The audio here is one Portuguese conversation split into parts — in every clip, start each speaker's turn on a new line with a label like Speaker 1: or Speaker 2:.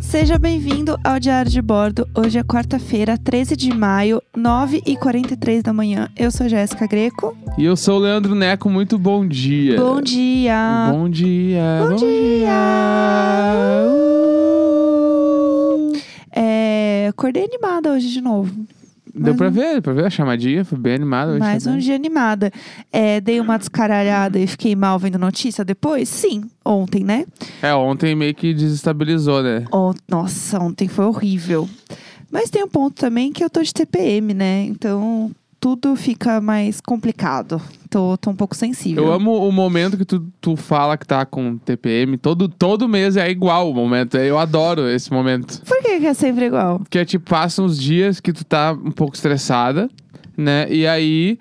Speaker 1: Seja bem-vindo ao Diário de Bordo. Hoje é quarta-feira, 13 de maio, 9h43 da manhã. Eu sou Jéssica Greco.
Speaker 2: E eu sou o Leandro Neco, muito bom dia.
Speaker 1: Bom dia!
Speaker 2: É. Bom dia.
Speaker 1: Bom dia!
Speaker 2: Uh.
Speaker 1: É, acordei animada hoje de novo.
Speaker 2: Deu pra ver, deu pra ver a chamadinha, foi bem animado. Ah, hoje
Speaker 1: Mais um
Speaker 2: também.
Speaker 1: dia animada. É, dei uma descaralhada e fiquei mal vendo notícia depois? Sim, ontem, né?
Speaker 2: É, ontem meio que desestabilizou, né?
Speaker 1: On- Nossa, ontem foi horrível. Mas tem um ponto também que eu tô de TPM, né? Então tudo fica mais complicado. Tô, tô um pouco sensível.
Speaker 2: Eu amo o momento que tu, tu fala que tá com TPM. Todo, todo mês é igual o momento. Eu adoro esse momento.
Speaker 1: Por que, que é sempre igual?
Speaker 2: Que é tipo, passam uns dias que tu tá um pouco estressada, né? E aí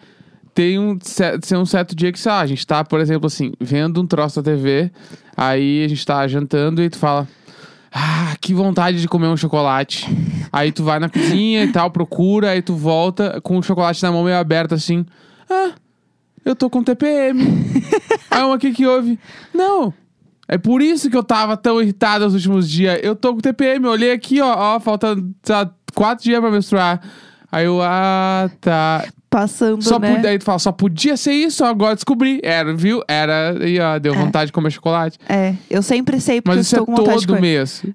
Speaker 2: tem um, ce- tem um certo dia que, sei lá, a gente tá, por exemplo, assim, vendo um troço da TV, aí a gente tá jantando e tu fala. Ah, que vontade de comer um chocolate. Aí tu vai na cozinha e tal, procura, aí tu volta com o chocolate na mão meio aberta assim. Ah, eu tô com TPM. aí uma aqui Ah, que houve. Não, é por isso que eu tava tão irritada nos últimos dias. Eu tô com TPM, eu olhei aqui, ó, ó, faltando sei lá, quatro dias pra menstruar. Aí eu, ah, tá.
Speaker 1: Passando,
Speaker 2: Só
Speaker 1: né?
Speaker 2: pu- aí tu fala, só podia ser isso, agora descobri. Era, viu? Era, e ó, deu vontade de comer chocolate.
Speaker 1: É, eu sempre sei porque
Speaker 2: Mas
Speaker 1: É. eu
Speaker 2: isso
Speaker 1: estou
Speaker 2: é
Speaker 1: com vontade de
Speaker 2: todo
Speaker 1: comer.
Speaker 2: mês.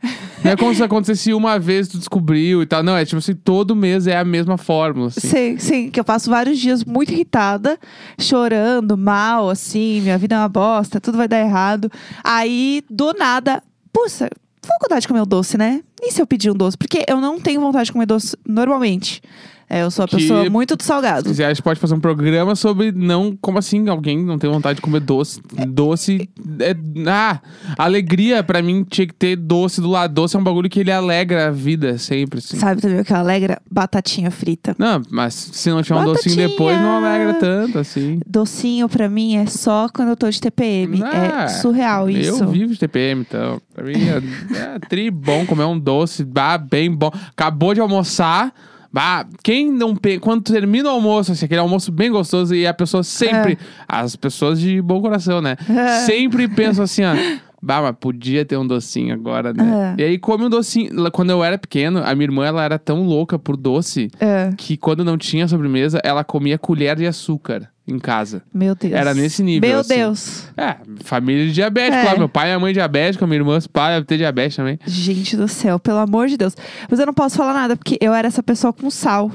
Speaker 2: Não é como se acontecesse uma vez tu descobriu e tal. Não, é tipo assim, todo mês é a mesma fórmula, assim.
Speaker 1: Sim, sim, que eu passo vários dias muito irritada, chorando, mal, assim, minha vida é uma bosta, tudo vai dar errado. Aí, do nada, puxa, vou com vontade de comer um doce, né? E se eu pedir um doce? Porque eu não tenho vontade de comer doce normalmente. É, eu sou uma
Speaker 2: Que-
Speaker 1: pessoa muito do
Speaker 2: Se
Speaker 1: salgado.
Speaker 2: quiser, a gente pode fazer um programa sobre não. Como assim? Alguém não tem vontade de comer doce. Doce. É, ah! Alegria, pra mim, tinha que ter doce do lado. Doce é um bagulho que ele alegra a vida sempre, assim.
Speaker 1: Sabe também o que alegra? Batatinha frita.
Speaker 2: Não, mas se não tiver um docinho
Speaker 1: Batatinha!
Speaker 2: depois, não alegra tanto, assim.
Speaker 1: Docinho pra mim é só quando eu tô de TPM.
Speaker 2: Ah,
Speaker 1: é surreal isso.
Speaker 2: Eu vivo de TPM, então. Pra mim é, é tri bom comer um doce, bah, bem bom. Acabou de almoçar. Bah, quem não pe... Quando termina o almoço, assim, aquele almoço bem gostoso, e a pessoa sempre. As pessoas de bom coração, né?
Speaker 1: É.
Speaker 2: Sempre pensam assim, ó. Bah, mas podia ter um docinho agora, né?
Speaker 1: É.
Speaker 2: E aí come um docinho. Lá, Quando eu era pequeno, a minha irmã ela era tão louca por doce
Speaker 1: É.
Speaker 2: que quando não tinha sobremesa, ela comia colher de açúcar em casa.
Speaker 1: Meu Deus.
Speaker 2: Era nesse nível,
Speaker 1: Meu
Speaker 2: assim.
Speaker 1: Deus.
Speaker 2: É, família de diabético,
Speaker 1: É.
Speaker 2: claro. Meu pai e minha mãe diabética, minha irmã, os pais devem ter diabetes também.
Speaker 1: Gente do céu, pelo amor de Deus. Mas eu não posso falar nada, porque eu era essa pessoa com sal.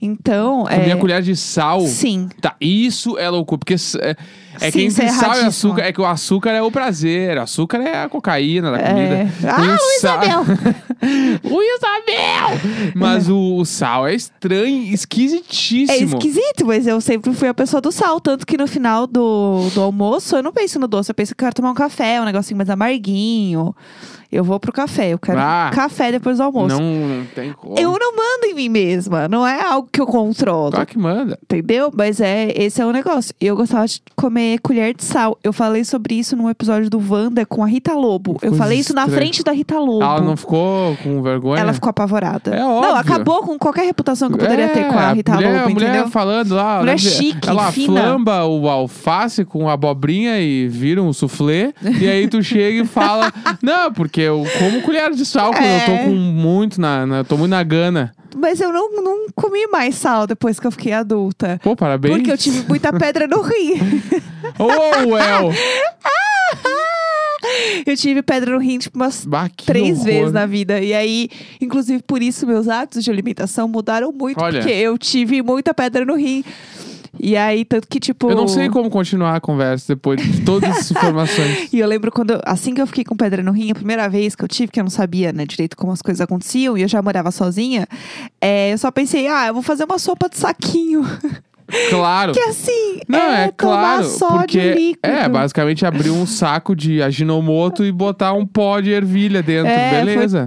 Speaker 1: Então,
Speaker 2: Comia
Speaker 1: é.
Speaker 2: colher de sal.
Speaker 1: Sim.
Speaker 2: Tá, isso é loucura, porque s- é, é
Speaker 1: Sim,
Speaker 2: que
Speaker 1: isso
Speaker 2: entre
Speaker 1: é
Speaker 2: sal e
Speaker 1: erradíssimo.
Speaker 2: açúcar, é que o açúcar é o prazer, o açúcar é a cocaína da comida.
Speaker 1: É. Ah,
Speaker 2: E
Speaker 1: o
Speaker 2: sal-
Speaker 1: Isabel!
Speaker 2: o Isabel! Mas o, o sal é estranho, esquisitíssimo.
Speaker 1: É esquisito, mas eu sempre fui a pessoa do sal. Tanto que no final do, do almoço eu não penso no doce. Eu penso que eu quero tomar um café, um negocinho mais amarguinho. Eu vou pro café, eu quero
Speaker 2: Ah.
Speaker 1: café depois do almoço.
Speaker 2: Não, não tem como.
Speaker 1: Eu não mando em mim mesma, não é algo que eu controlo.
Speaker 2: Claro que manda.
Speaker 1: Entendeu? Mas é, esse é o negócio. Eu gostava de comer colher de sal. Eu falei sobre isso num episódio do Wanda com a Rita Lobo. eu
Speaker 2: Coisa
Speaker 1: falei isso na
Speaker 2: estranha.
Speaker 1: frente da Rita Lobo.
Speaker 2: Ela não ficou com vergonha?
Speaker 1: Ela ficou apavorada.
Speaker 2: É óbvio.
Speaker 1: não, acabou com qualquer reputação que eu poderia
Speaker 2: É,
Speaker 1: ter com a Rita
Speaker 2: mulher,
Speaker 1: Lobo,
Speaker 2: mulher
Speaker 1: entendeu?
Speaker 2: falando lá.
Speaker 1: Mulher
Speaker 2: né,
Speaker 1: chique,
Speaker 2: Ela
Speaker 1: fina.
Speaker 2: flamba o alface com abobrinha e vira um soufflé. e aí tu chega e fala: Não, porque eu como colher de sal, quando eu
Speaker 1: É.
Speaker 2: tô com muito na, na- tô muito na gana.
Speaker 1: Mas eu não, não comi mais sal depois que eu fiquei adulta.
Speaker 2: Pô, parabéns.
Speaker 1: Porque eu tive muita pedra no rim.
Speaker 2: Oh, well.
Speaker 1: eu tive pedra no rim, tipo, umas
Speaker 2: Bah, que
Speaker 1: três
Speaker 2: horror.
Speaker 1: vezes na vida. E aí, inclusive por isso, meus hábitos de alimentação mudaram muito,
Speaker 2: Olha.
Speaker 1: porque eu tive muita pedra no rim. E aí, tanto que, tipo.
Speaker 2: Eu não sei como continuar a conversa depois de todas essas informações.
Speaker 1: E eu lembro quando, eu- assim que eu fiquei com pedra no rim, a primeira vez que eu tive, que eu não sabia né, direito como as coisas aconteciam, e eu já morava sozinha, é, eu só pensei, ah, eu vou fazer uma sopa de saquinho.
Speaker 2: Claro.
Speaker 1: Que assim,
Speaker 2: Não, é,
Speaker 1: tomar
Speaker 2: claro,
Speaker 1: sódio
Speaker 2: porque
Speaker 1: líquido.
Speaker 2: é basicamente abrir um saco de aginomoto e botar um pó de ervilha dentro,
Speaker 1: É,
Speaker 2: beleza?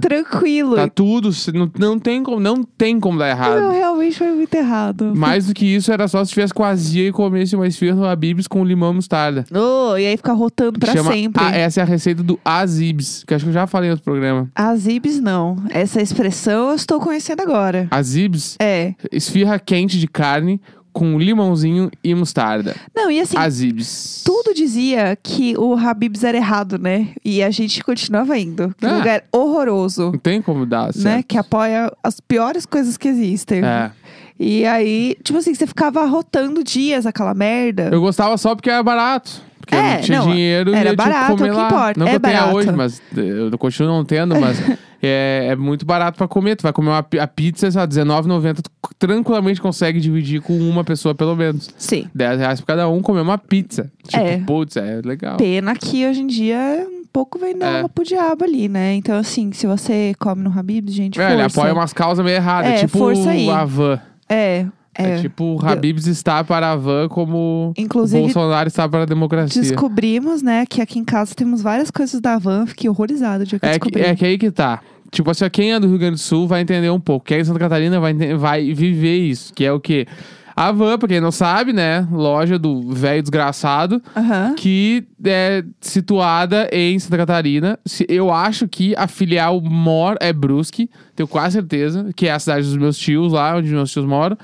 Speaker 1: foi tranquilo.
Speaker 2: Tá tudo, se- não, não tem como, não tem como dar
Speaker 1: Não,
Speaker 2: errado.
Speaker 1: realmente foi muito errado.
Speaker 2: Mais do que isso, era só se tivesse com azia e comesse uma esfirra no Abibs com limão e mostarda.
Speaker 1: Oh, e aí fica rotando pra
Speaker 2: Chama-
Speaker 1: sempre.
Speaker 2: Ah, essa é a receita do Azibs, que acho que eu já falei em outro programa.
Speaker 1: As ibis não. Essa expressão eu estou conhecendo agora.
Speaker 2: Azibs,
Speaker 1: É.
Speaker 2: esfirra quente de carne com limãozinho e mostarda.
Speaker 1: Não, e assim,
Speaker 2: Azibs.
Speaker 1: tudo dizia que o Habibs era errado, né? E a gente continuava indo. Que
Speaker 2: Ah.
Speaker 1: lugar horroroso,
Speaker 2: Não tem como dar,
Speaker 1: né?
Speaker 2: certo?
Speaker 1: Que apoia as piores coisas que existem.
Speaker 2: É.
Speaker 1: E aí, tipo assim, você ficava rotando dias aquela merda.
Speaker 2: Eu gostava só porque era barato. Porque eu
Speaker 1: É,
Speaker 2: não tinha
Speaker 1: não,
Speaker 2: dinheiro
Speaker 1: era
Speaker 2: e eu tinha
Speaker 1: barato,
Speaker 2: que comer
Speaker 1: o que
Speaker 2: lá.
Speaker 1: importa,
Speaker 2: Não que
Speaker 1: é
Speaker 2: eu tenha
Speaker 1: barato.
Speaker 2: hoje, mas eh, eu continuo não tendo, mas é, é muito barato pra comer. Tu vai comer uma, pi- a pizza, sei lá, R$19,90, tu tranquilamente consegue dividir com uma pessoa pelo menos.
Speaker 1: Sim.
Speaker 2: 10 reais por cada um comer uma pizza. Tipo,
Speaker 1: É.
Speaker 2: putz, é legal.
Speaker 1: Pena que hoje em dia é um pouco vem
Speaker 2: É.
Speaker 1: alma pro diabo ali, né? Então, assim, se você come no Habibs, gente,
Speaker 2: É, ele
Speaker 1: força.
Speaker 2: apoia umas causas meio erradas.
Speaker 1: É,
Speaker 2: tipo
Speaker 1: força aí.
Speaker 2: a van.
Speaker 1: É,
Speaker 2: É.
Speaker 1: é.
Speaker 2: tipo o Habibs está para a van como o
Speaker 1: Inclusive,
Speaker 2: Bolsonaro está para a democracia.
Speaker 1: descobrimos, né, que aqui em casa temos várias coisas da van. Fiquei horrorizada de que eu
Speaker 2: É que,
Speaker 1: descobri.
Speaker 2: é que aí que tá. Tipo assim, ó, quem é do Rio Grande do Sul vai entender um pouco. Quem é de Santa Catarina vai, ente- vai viver isso, que é o quê? A van, pra quem não sabe, né? Loja do velho desgraçado,
Speaker 1: Aham.
Speaker 2: que é situada em Santa Catarina. Se- Eu acho que a filial mor é Brusque, tenho quase certeza, que é a cidade dos meus tios lá, onde meus tios moram.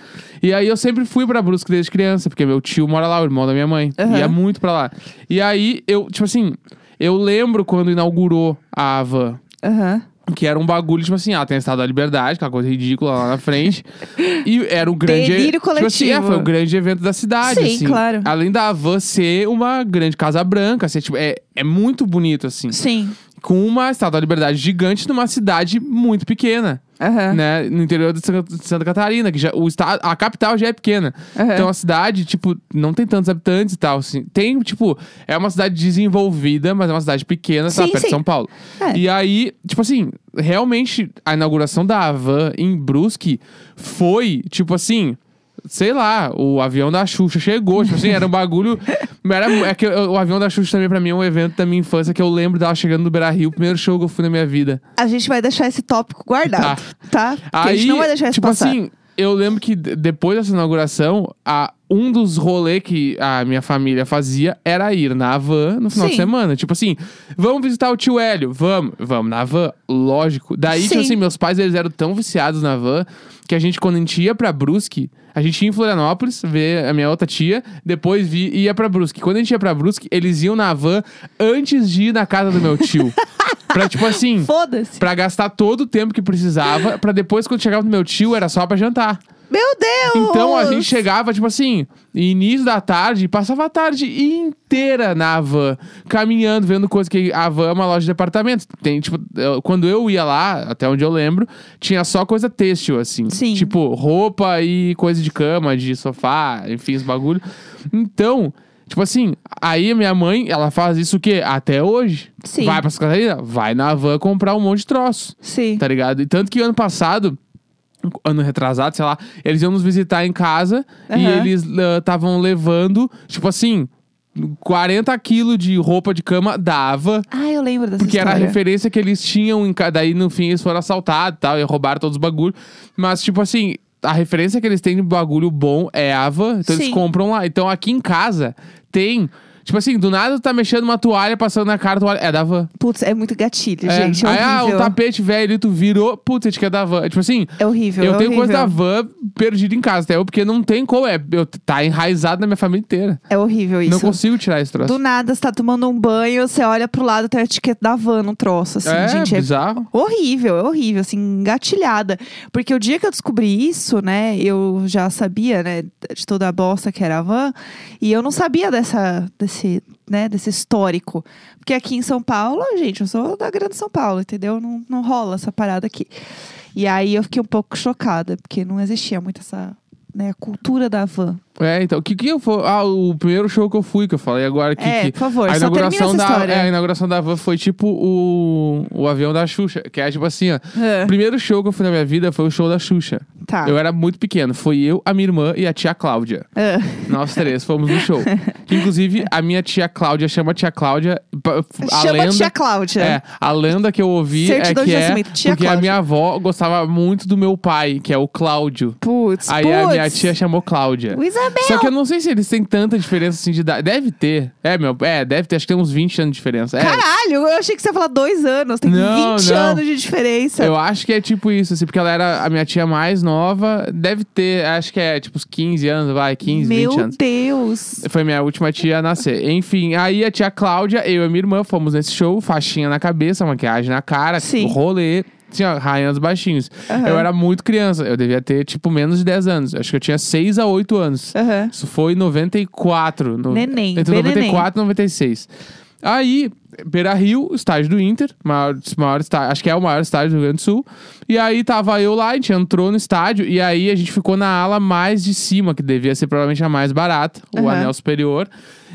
Speaker 2: E aí eu sempre fui pra Brusque desde criança, porque meu tio mora lá, o irmão da minha mãe.
Speaker 1: Aham.
Speaker 2: Ia muito pra lá. E aí eu, tipo assim, eu lembro quando inaugurou a van.
Speaker 1: Aham.
Speaker 2: Que era um bagulho, tipo assim, ah, tem a Estado da Liberdade, aquela coisa ridícula lá na frente. E era um grande.
Speaker 1: Delírio
Speaker 2: tipo assim,
Speaker 1: coletivo.
Speaker 2: é, foi um grande evento da cidade.
Speaker 1: Sim,
Speaker 2: assim.
Speaker 1: claro.
Speaker 2: Além da van ser uma grande casa branca, assim, tipo, é, é muito bonito, assim.
Speaker 1: Sim.
Speaker 2: Com uma Estátua da Liberdade gigante numa cidade muito pequena,
Speaker 1: Aham.
Speaker 2: né? No interior de Santa- de Santa Catarina, que já, o estado, a capital já é pequena.
Speaker 1: Aham.
Speaker 2: Então a cidade, tipo, não tem tantos habitantes e tal, assim. Tem, tipo, é uma cidade desenvolvida, mas é uma cidade pequena,
Speaker 1: Sim,
Speaker 2: tá perto
Speaker 1: sim.
Speaker 2: de São Paulo.
Speaker 1: É.
Speaker 2: E aí, tipo assim, realmente a inauguração da Havan em Brusque foi, tipo assim, sei lá, o avião da Xuxa chegou, tipo assim, era um bagulho. Era, é que eu- o avião da Xuxa também, pra mim, é um evento da minha infância que eu lembro dela chegando no Beira Rio, o primeiro show que eu fui na minha vida.
Speaker 1: A gente vai deixar esse tópico guardado, tá? Porque a gente não vai deixar isso
Speaker 2: tipo
Speaker 1: passar.
Speaker 2: assim, eu lembro que d- depois dessa inauguração, a, um dos rolês que a minha família fazia era ir na van no final
Speaker 1: Sim.
Speaker 2: de semana. Tipo assim, vamos visitar o tio Hélio, vamos, vamos na van, lógico. Daí, tipo
Speaker 1: Sim.
Speaker 2: assim, meus pais eles eram tão viciados na van que a gente, quando a gente ia pra Brusque, a gente ia em Florianópolis ver a minha outra tia, depois vi, ia pra Brusque. Quando a gente ia pra Brusque, eles iam na van antes de ir na casa do meu tio. pra, tipo assim.
Speaker 1: Foda-se.
Speaker 2: Pra gastar todo o tempo que precisava, pra depois, quando chegava no meu tio, era só pra jantar.
Speaker 1: Meu Deus!
Speaker 2: tá. Então a gente chegava, tipo assim, início da tarde, passava a tarde inteira na van, caminhando, vendo coisa que a van é uma loja de departamento. Tem, tipo, eu- quando eu ia lá, até onde eu lembro, tinha só coisa têxtil, assim.
Speaker 1: Sim.
Speaker 2: Tipo, roupa e coisa de cama, de sofá, enfim, esse bagulho. Então. Tipo assim, aí a minha mãe, ela faz isso o quê? Até hoje.
Speaker 1: Sim.
Speaker 2: Vai pra Santa Catarina? Vai na van comprar um monte de troço
Speaker 1: Sim.
Speaker 2: tá ligado? E tanto que ano passado, ano retrasado, sei lá, eles iam nos visitar em casa e
Speaker 1: Aham.
Speaker 2: eles estavam levando, tipo assim, 40 quilos de roupa de cama dava.
Speaker 1: Ah, eu lembro dessa
Speaker 2: Porque era a
Speaker 1: história.
Speaker 2: referência que eles tinham em ca- Daí no fim eles foram assaltados e tal, e roubaram todos os bagulhos. Mas, tipo assim, a referência que eles têm de bagulho bom é Ava, então
Speaker 1: Sim.
Speaker 2: eles compram lá. Então aqui em casa tem. Tipo assim, do nada tu tá mexendo uma toalha, passando na cara, a toalha. É da van.
Speaker 1: Putz, é muito gatilho,
Speaker 2: É.
Speaker 1: gente. É
Speaker 2: Aí, ah, o
Speaker 1: horrível.
Speaker 2: tapete velho, e tu virou. Putz, etiqueta da van. É Tipo assim,
Speaker 1: É horrível.
Speaker 2: eu
Speaker 1: é
Speaker 2: tenho coisa
Speaker 1: horrível.
Speaker 2: da van perdida em casa, até eu, porque não tem como. É, eu, tá enraizado na minha família inteira.
Speaker 1: É horrível isso.
Speaker 2: Não consigo tirar esse troço.
Speaker 1: Do nada, você tá tomando um banho, você olha pro lado, tem a etiqueta da van no troço, assim,
Speaker 2: é,
Speaker 1: gente. É
Speaker 2: bizarro.
Speaker 1: horrível, é horrível, assim, engatilhada. Porque o dia que eu descobri isso, né, eu já sabia, né, de toda a bosta que era a van, e eu não sabia dessa, desse, né, desse histórico. Porque aqui em São Paulo, gente, eu sou da grande São Paulo, entendeu? Não, não rola essa parada aqui. E aí eu fiquei um pouco chocada, porque não existia muito essa, né, cultura da van.
Speaker 2: É, então, o que que eu for Ah, o primeiro show que eu fui, que eu falei agora que.
Speaker 1: é,
Speaker 2: que-
Speaker 1: por favor,
Speaker 2: a
Speaker 1: só termina
Speaker 2: inauguração,
Speaker 1: essa
Speaker 2: da,
Speaker 1: história.
Speaker 2: é, a inauguração da van foi tipo o, o avião da Xuxa, que é tipo assim, ó.
Speaker 1: Ah,
Speaker 2: O primeiro show que eu fui na minha vida foi o show da Xuxa.
Speaker 1: tá.
Speaker 2: Eu era muito pequeno. Foi eu, a minha irmã e a tia Cláudia.
Speaker 1: Ah.
Speaker 2: Nós três fomos no show. Que, inclusive, a minha tia Cláudia chama tia Cláudia. pa- A
Speaker 1: Chama
Speaker 2: lenda,
Speaker 1: a tia Cláudia.
Speaker 2: É, a lenda que eu ouvi
Speaker 1: Certidão
Speaker 2: é
Speaker 1: de
Speaker 2: que é
Speaker 1: nascimento, tia
Speaker 2: porque
Speaker 1: Cláudia.
Speaker 2: a minha avó gostava muito do meu pai, que é o Cláudio.
Speaker 1: Putz,
Speaker 2: Aí
Speaker 1: putz.
Speaker 2: a minha tia chamou Cláudia.
Speaker 1: Luiz meu!
Speaker 2: Só que eu não sei se eles têm tanta diferença assim de idade. Deve ter. É, meu. É, deve ter. Acho que tem uns 20 anos de diferença. É.
Speaker 1: Caralho, eu achei que você ia falar dois anos. Tem
Speaker 2: Não,
Speaker 1: 20
Speaker 2: não.
Speaker 1: anos de diferença.
Speaker 2: Eu acho que é tipo isso, assim, porque ela era a minha tia mais nova. Deve ter, acho que é tipo uns 15 anos, vai, 15,
Speaker 1: meu
Speaker 2: 20 anos.
Speaker 1: Deus.
Speaker 2: Foi minha última tia a nascer. Enfim, aí a tia Cláudia, eu e a minha irmã fomos nesse show, faixinha na cabeça, maquiagem na cara,
Speaker 1: Sim.
Speaker 2: rolê. Tinha rainha dos baixinhos.
Speaker 1: Aham.
Speaker 2: Eu era muito criança. Eu devia ter, tipo, menos de 10 anos. Acho que eu tinha 6 a 8 anos.
Speaker 1: Aham.
Speaker 2: Isso foi em 94. No,
Speaker 1: Neném,
Speaker 2: Entre
Speaker 1: bem
Speaker 2: 94 e 96. Aí, Beira Rio, estádio do Inter, maior, maior estádio, acho que é o maior estádio do Rio Grande do Sul. E aí tava eu lá, a gente entrou no estádio, e aí a gente ficou na ala mais de cima, que devia ser provavelmente a mais barata, o
Speaker 1: Aham.
Speaker 2: anel superior.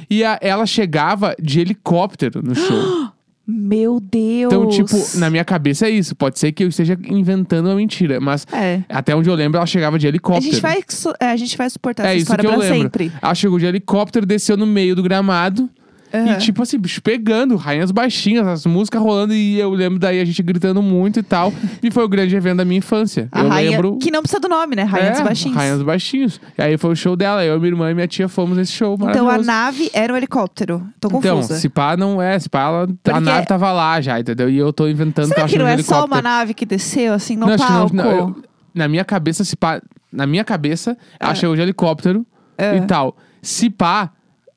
Speaker 2: E a- ela chegava de helicóptero no show.
Speaker 1: Meu Deus.
Speaker 2: então, tipo, na minha cabeça é isso. Pode ser que eu esteja inventando uma mentira, mas
Speaker 1: É.
Speaker 2: até onde eu lembro, ela chegava de
Speaker 1: A
Speaker 2: helicóptero.
Speaker 1: gente, vai, su- é, a gente vai suportar
Speaker 2: É
Speaker 1: essa
Speaker 2: isso
Speaker 1: história
Speaker 2: que eu
Speaker 1: pra
Speaker 2: lembro.
Speaker 1: sempre.
Speaker 2: Ela chegou de helicóptero, desceu no meio do gramado.
Speaker 1: Aham.
Speaker 2: E tipo assim, bicho, pegando, rainhas baixinhas, as músicas rolando. E eu lembro daí a gente gritando muito e tal. e foi o grande evento da minha infância.
Speaker 1: A
Speaker 2: eu
Speaker 1: rainha,
Speaker 2: lembro...
Speaker 1: que não precisa do nome, né? Rainha
Speaker 2: é,
Speaker 1: dos Baixinhos.
Speaker 2: Rainha dos Baixinhos. E aí foi o show dela. Eu, minha irmã e minha tia fomos nesse show
Speaker 1: Então a
Speaker 2: maravilhoso.
Speaker 1: nave era um helicóptero. Tô
Speaker 2: Então,
Speaker 1: confusa.
Speaker 2: se pá não é, se pá ela,
Speaker 1: Porque-
Speaker 2: a nave tava lá já, entendeu? E eu tô inventando que eu
Speaker 1: Será
Speaker 2: acho
Speaker 1: que não é só uma
Speaker 2: um helicóptero.
Speaker 1: nave que desceu, assim, no
Speaker 2: acho que
Speaker 1: palco?
Speaker 2: eu- na minha cabeça, se pá. Na minha cabeça, ela
Speaker 1: Ah.
Speaker 2: chegou de helicóptero e tal. Se pá,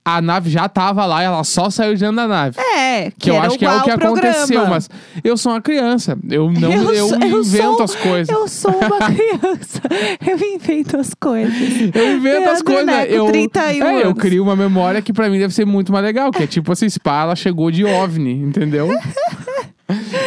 Speaker 2: a nave já tava lá e ela só saiu de dentro da nave.
Speaker 1: É, que,
Speaker 2: Que eu
Speaker 1: era
Speaker 2: acho que é
Speaker 1: igual
Speaker 2: o que
Speaker 1: programa.
Speaker 2: aconteceu, mas eu sou uma criança. Eu não eu,
Speaker 1: sou- eu
Speaker 2: invento
Speaker 1: sou-
Speaker 2: as coisas. Eu,
Speaker 1: Eu sou uma criança. eu invento as coisas.
Speaker 2: invento
Speaker 1: Eu
Speaker 2: as
Speaker 1: do
Speaker 2: coisas. né?
Speaker 1: Neco,
Speaker 2: eu,
Speaker 1: 31
Speaker 2: é, eu
Speaker 1: anos.
Speaker 2: crio uma memória que pra mim deve ser muito mais legal, que é tipo assim, Spa, ela chegou de OVNI, entendeu?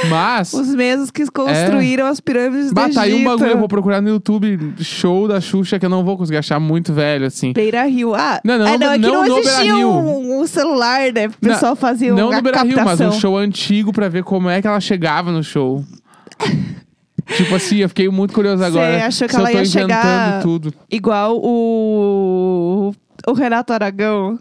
Speaker 2: Mas
Speaker 1: Os mesmos que construíram as pirâmides do
Speaker 2: Bata É. aí um
Speaker 1: Egito.
Speaker 2: bagulho, eu vou procurar no YouTube show da Xuxa que eu não vou conseguir achar muito velho, assim.
Speaker 1: Beira Rio. Ah,
Speaker 2: Não, não,
Speaker 1: é, não, é que
Speaker 2: não
Speaker 1: não,
Speaker 2: no
Speaker 1: existia
Speaker 2: Beira-Rio.
Speaker 1: um, um celular, né? O
Speaker 2: Na-
Speaker 1: pessoal fazia
Speaker 2: Não
Speaker 1: uma
Speaker 2: no Beira Rio, mas
Speaker 1: captação.
Speaker 2: um show antigo pra ver como é que ela chegava no show. tipo assim, eu fiquei muito curioso agora.
Speaker 1: achou que
Speaker 2: se
Speaker 1: ela
Speaker 2: eu tô
Speaker 1: ia
Speaker 2: inventando
Speaker 1: chegar-
Speaker 2: tudo.
Speaker 1: Igual o, o Renato Aragão,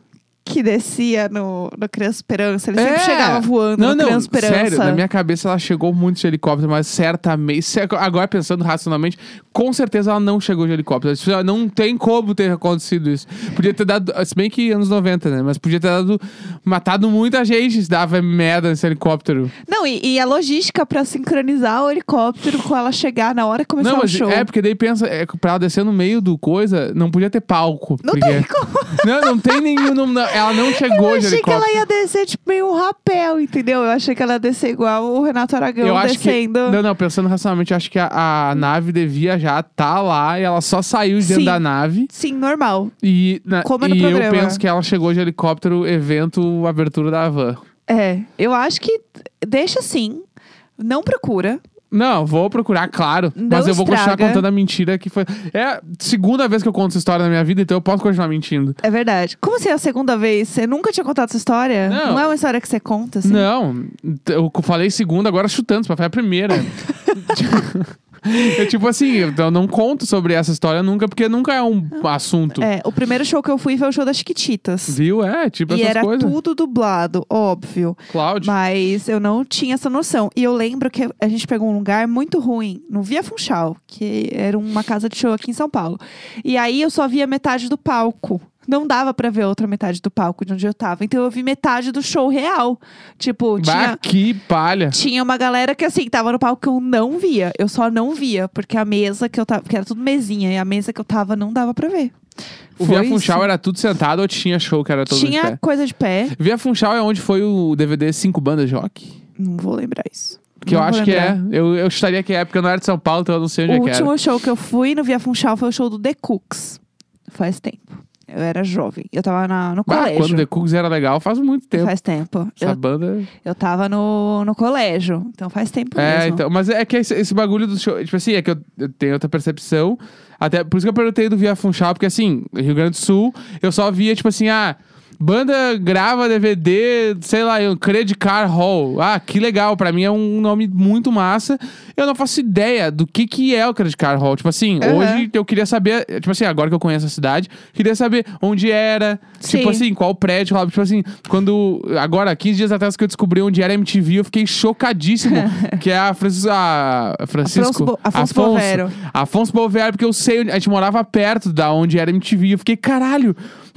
Speaker 1: que descia no, no Criança Esperança. Ele sempre
Speaker 2: É.
Speaker 1: chegava voando
Speaker 2: não,
Speaker 1: no
Speaker 2: não,
Speaker 1: Criança Esperança.
Speaker 2: Sério, na minha cabeça ela chegou muito de helicóptero, mas certamente. se- Agora pensando racionalmente, com certeza ela não chegou de helicóptero. Isso, ó, Não tem como ter acontecido isso. Podia ter dado. Se bem que anos 90, né? Mas podia ter dado. Matado muita gente se dava merda nesse helicóptero.
Speaker 1: Não, e, e a logística pra sincronizar o helicóptero com ela chegar na hora que começar
Speaker 2: não,
Speaker 1: o
Speaker 2: mas
Speaker 1: um show.
Speaker 2: é, porque daí pensa, é, pra ela descer no meio do coisa, não podia ter palco.
Speaker 1: Não
Speaker 2: porque...
Speaker 1: tem como.
Speaker 2: Não, não tem nenhum. Não, não, ela não
Speaker 1: Eu
Speaker 2: chegou é de
Speaker 1: achei que
Speaker 2: helicóptero.
Speaker 1: ela ia descer tipo meio um rapel, entendeu? Eu achei que ela ia descer igual o Renato Aragão
Speaker 2: Eu acho que.
Speaker 1: descendo.
Speaker 2: Não, não, pensando racionalmente, eu acho que a, a nave devia já tá lá e ela só saiu de dentro
Speaker 1: Sim.
Speaker 2: da nave.
Speaker 1: Sim, normal.
Speaker 2: E, na-
Speaker 1: Como é no
Speaker 2: e eu
Speaker 1: programa.
Speaker 2: penso que ela chegou de helicóptero, evento, abertura da van.
Speaker 1: É, eu acho que deixa assim, não procura.
Speaker 2: Não, vou procurar, claro.
Speaker 1: Não
Speaker 2: mas eu vou continuar
Speaker 1: estraga.
Speaker 2: contando a mentira que foi. É a segunda vez que eu conto essa história na minha vida, então eu posso continuar mentindo.
Speaker 1: É verdade. Como assim é a segunda vez? Você nunca tinha contado essa história?
Speaker 2: Não.
Speaker 1: é uma história que você conta, assim?
Speaker 2: Não, eu falei segunda, agora chutando, isso foi a primeira. É tipo assim, eu não conto sobre essa história nunca, porque nunca é um assunto.
Speaker 1: É, o primeiro show que eu fui foi o show das Chiquititas.
Speaker 2: Viu? É, tipo
Speaker 1: E
Speaker 2: essas
Speaker 1: era
Speaker 2: coisas.
Speaker 1: tudo dublado, óbvio.
Speaker 2: Cláudio.
Speaker 1: Mas eu não tinha essa noção. E eu lembro que a gente pegou um lugar muito ruim, no Via Funchal, que era uma casa de show aqui em São Paulo. E aí eu só via metade do palco. Não dava pra ver a outra metade do palco de onde eu tava. Então eu vi metade do show real. Tipo,
Speaker 2: Bah,
Speaker 1: tinha,
Speaker 2: que palha.
Speaker 1: tinha uma galera que assim, tava no palco que eu não via. Eu só não via, porque a mesa que eu tava. Porque era tudo mesinha, e a mesa que eu tava não dava pra ver.
Speaker 2: O Via
Speaker 1: Foi
Speaker 2: Funchal
Speaker 1: isso.
Speaker 2: era tudo sentado ou tinha show que era todo
Speaker 1: Tinha
Speaker 2: de pé?
Speaker 1: coisa de pé.
Speaker 2: Via Funchal é onde foi o DVD Cinco Bandas Rock.
Speaker 1: Não vou lembrar isso.
Speaker 2: Que eu
Speaker 1: Não vou
Speaker 2: acho que
Speaker 1: lembrar.
Speaker 2: é. Eu, eu estaria que é, porque eu não era de São Paulo, então eu não sei onde
Speaker 1: O
Speaker 2: é que era.
Speaker 1: último show que eu fui no Via Funchal foi o show do The Cooks. Faz tempo. Eu era jovem. Eu tava na- no
Speaker 2: Bah,
Speaker 1: colégio.
Speaker 2: Ah, quando The Cooks era legal, faz muito tempo.
Speaker 1: Faz tempo.
Speaker 2: Essa
Speaker 1: Eu,
Speaker 2: banda.
Speaker 1: eu tava no, no colégio. Então faz tempo
Speaker 2: É,
Speaker 1: mesmo.
Speaker 2: então. Mas é que esse, esse bagulho do show. Tipo assim, é que eu, eu tenho outra percepção. Até por isso que eu perguntei do Via Funchal, porque assim, Rio Grande do Sul, eu só via, tipo assim, ah. Banda grava DVD, sei lá, eu, Credit Car Hall. Ah, que legal, pra mim é um nome muito massa. Eu não faço ideia do que que é o Credit Car Hall. Tipo assim,
Speaker 1: Aham.
Speaker 2: hoje eu queria saber, eh, tipo assim, agora que eu conheço a cidade, queria saber onde era,
Speaker 1: Sim.
Speaker 2: tipo assim, qual prédio, rolava. tipo assim, quando agora 15 dias atrás que eu descobri onde era a MTV, eu fiquei chocadíssimo, que é a Francisco a
Speaker 1: Afonso
Speaker 2: Francisco
Speaker 1: Bo- Afonso Bovero.
Speaker 2: Afonso Bovero, porque eu sei, onde- a gente morava perto da onde era a MTV. Eu fiquei, caralho.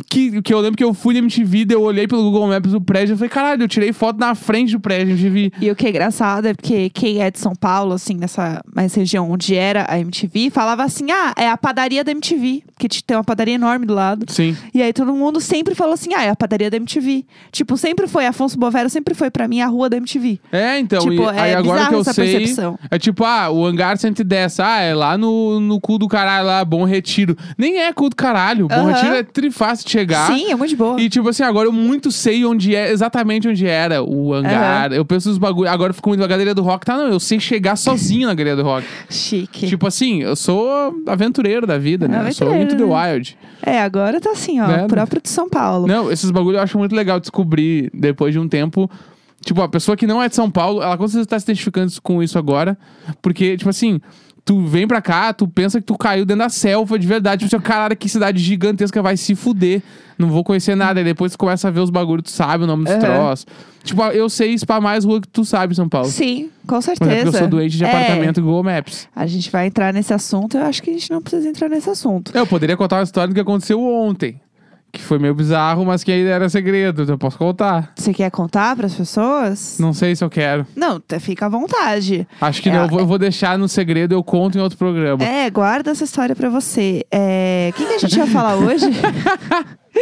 Speaker 2: Que, que eu lembro que eu fui na MTV, daí eu olhei pelo Google Maps do prédio e falei, caralho, eu tirei foto na frente do prédio da MTV.
Speaker 1: E o que é engraçado é porque quem é de São Paulo, assim, nessa mais região onde era a MTV, falava assim: ah, é a padaria da MTV, que te- tem uma padaria enorme do lado.
Speaker 2: Sim.
Speaker 1: E aí todo mundo sempre falou assim: ah, é a padaria da MTV. Tipo, sempre foi, Afonso Bovero sempre foi pra mim a rua da MTV.
Speaker 2: É, então,
Speaker 1: Tipo,
Speaker 2: e
Speaker 1: é
Speaker 2: aí agora
Speaker 1: bizarro
Speaker 2: que eu
Speaker 1: essa
Speaker 2: sei.
Speaker 1: percepção.
Speaker 2: É tipo, ah, o hangar 110. Ah, é lá no, no cu do caralho, lá, Bom Retiro. Nem é cu do caralho. Bom
Speaker 1: Aham.
Speaker 2: Retiro é trifácil de chegar.
Speaker 1: Sim, é muito de boa.
Speaker 2: E tipo assim, agora eu muito sei onde é, exatamente onde era o hangar. Eu penso nos bagulhos. Agora eu fico muito na galeria do rock. Tá, não, eu sei chegar sozinho na galeria do rock.
Speaker 1: Chique.
Speaker 2: Tipo assim, eu sou aventureiro da vida, né? Eu sou
Speaker 1: Aventureiro,
Speaker 2: into the wild.
Speaker 1: É, agora tá assim, ó,
Speaker 2: Né?
Speaker 1: próprio de São Paulo.
Speaker 2: Não, esses bagulhos eu acho muito legal descobrir depois de um tempo. Tipo, a pessoa que não é de São Paulo, ela com certeza tá se identificando com isso agora. Porque, tipo assim, tu vem pra cá, tu pensa que tu caiu dentro da selva de verdade. Tipo, assim, caralho, que cidade gigantesca vai se fuder. Não vou conhecer nada. E depois tu começa a ver os bagulhos, tu sabe o nome dos
Speaker 1: Aham.
Speaker 2: troços. Tipo, eu sei spamar mais rua que tu sabe, em São Paulo.
Speaker 1: Sim, com
Speaker 2: Mas
Speaker 1: certeza.
Speaker 2: é porque eu sou doente de
Speaker 1: É,
Speaker 2: apartamento e Google Maps.
Speaker 1: A gente vai entrar nesse assunto, eu acho que a gente não precisa entrar nesse assunto.
Speaker 2: Eu poderia contar uma história do que aconteceu ontem. Que foi meio bizarro, mas que ainda era segredo. então Eu posso contar.
Speaker 1: Você quer contar pras pessoas?
Speaker 2: Não sei se eu quero.
Speaker 1: Não, t- fica à vontade.
Speaker 2: Acho que
Speaker 1: É,
Speaker 2: não. Eu vou, eu vou deixar no segredo, eu conto em outro programa.
Speaker 1: É, guarda essa história pra você. É, O que, que a gente ia falar hoje?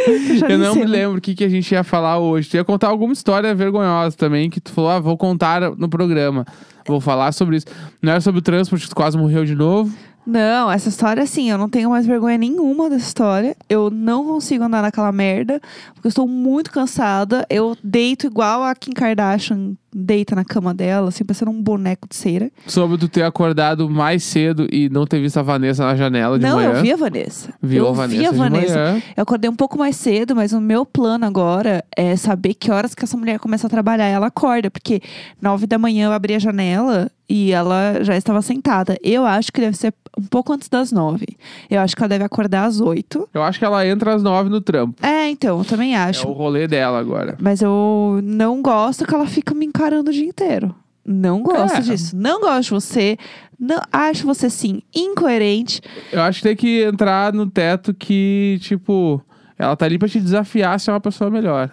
Speaker 1: Eu já
Speaker 2: eu
Speaker 1: nem
Speaker 2: não
Speaker 1: sei
Speaker 2: me
Speaker 1: mais.
Speaker 2: lembro o que, que a gente ia falar hoje. Tu ia contar alguma história vergonhosa também, que tu falou, ah, vou contar no programa. Vou falar sobre isso. Não era sobre o transporte, que tu quase morreu de novo.
Speaker 1: Não, essa história, assim, eu não tenho mais vergonha nenhuma dessa história. Eu não consigo andar naquela merda, porque eu estou muito cansada. Eu deito igual a Kim Kardashian deita na cama dela, assim, parecendo um boneco de cera.
Speaker 2: Sobre tu ter acordado mais cedo e não ter visto a Vanessa na janela de
Speaker 1: não,
Speaker 2: manhã.
Speaker 1: eu vi a Vanessa.
Speaker 2: Viu
Speaker 1: eu
Speaker 2: a Vanessa
Speaker 1: vi a
Speaker 2: de
Speaker 1: Vanessa.
Speaker 2: manhã.
Speaker 1: Eu acordei um pouco mais cedo, mas o meu plano agora é saber que horas que essa mulher começa a trabalhar. Ela acorda, porque nove da manhã eu abri a janela e ela já estava sentada. Eu acho que deve ser um pouco antes das nove. Eu acho que ela deve acordar às oito.
Speaker 2: Eu acho que ela entra às nove no trampo.
Speaker 1: É, então, eu também acho.
Speaker 2: É o rolê dela agora.
Speaker 1: Mas eu não gosto que ela fica me encarando o dia inteiro. Não gosto
Speaker 2: É.
Speaker 1: disso. Não gosto de você. Não, acho você, sim, incoerente.
Speaker 2: Eu acho que tem que entrar no teto que, tipo, ela tá ali pra te desafiar se é uma pessoa melhor.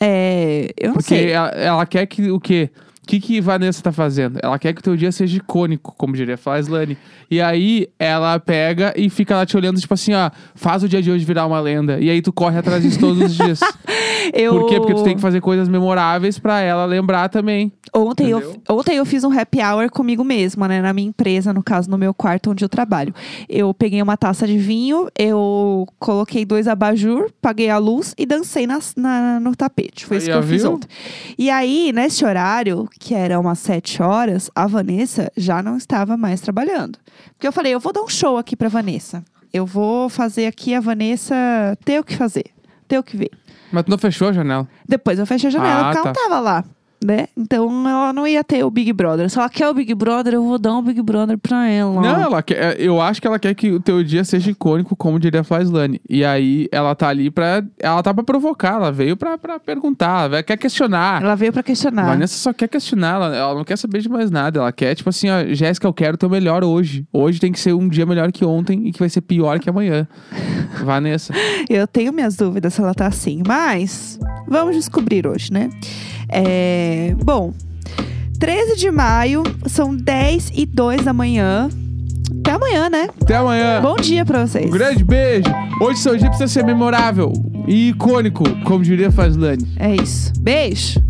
Speaker 1: É, eu não
Speaker 2: Porque
Speaker 1: sei.
Speaker 2: ela, ela quer que o quê? O que, que Vanessa tá fazendo? Ela quer que o teu dia seja icônico, como diria Flaslane. E aí ela pega e fica lá te olhando, tipo assim, ó, faz o dia de hoje virar uma lenda. E aí tu corre atrás disso todos os dias.
Speaker 1: Eu...
Speaker 2: Por quê? Porque tu tem que fazer coisas memoráveis pra ela lembrar também.
Speaker 1: Ontem eu,
Speaker 2: Entendeu?
Speaker 1: ontem eu fiz um happy hour comigo mesma, né? Na minha empresa, no caso, no meu quarto onde eu trabalho. Eu peguei uma taça de vinho, eu coloquei dois abajur, paguei a luz e dancei nas- na, no tapete. Foi isso
Speaker 2: Aí,
Speaker 1: que eu
Speaker 2: ó,
Speaker 1: fiz
Speaker 2: viu?
Speaker 1: ontem. E aí, nesse horário, que era umas sete horas, a Vanessa já não estava mais trabalhando. Porque eu falei, eu vou dar um show aqui pra Vanessa. Eu vou fazer aqui a Vanessa ter o que fazer, ter o que ver.
Speaker 2: Mas tu não fechou a janela.
Speaker 1: Depois eu fechei a janela,
Speaker 2: Ah,
Speaker 1: porque ela não tava lá, né? Então ela não ia ter o Big Brother. Se ela quer o Big Brother, eu vou dar um Big Brother pra ela.
Speaker 2: Não, ela quer, é, eu acho que ela quer que o teu dia seja icônico, como diria Flaslane. E aí ela tá ali pra. Ela tá pra provocar, ela veio pra, pra perguntar, ela quer questionar.
Speaker 1: Ela veio pra questionar.
Speaker 2: Vanessa só quer questionar, ela, ela não quer saber de mais nada. Ela quer, tipo assim, ó, Jéssica, eu quero o teu melhor hoje. Hoje tem que ser um dia melhor que ontem e que vai ser pior que amanhã. Vanessa.
Speaker 1: Eu tenho minhas dúvidas se ela tá assim, mas vamos descobrir hoje, né? É, Bom, 13 de maio, são 10 e 2 da manhã. Até amanhã, né?
Speaker 2: Até amanhã.
Speaker 1: Bom dia pra vocês.
Speaker 2: Um grande beijo. Hoje seu dia precisa ser memorável e icônico, como diria Fazlane.
Speaker 1: É isso. Beijo.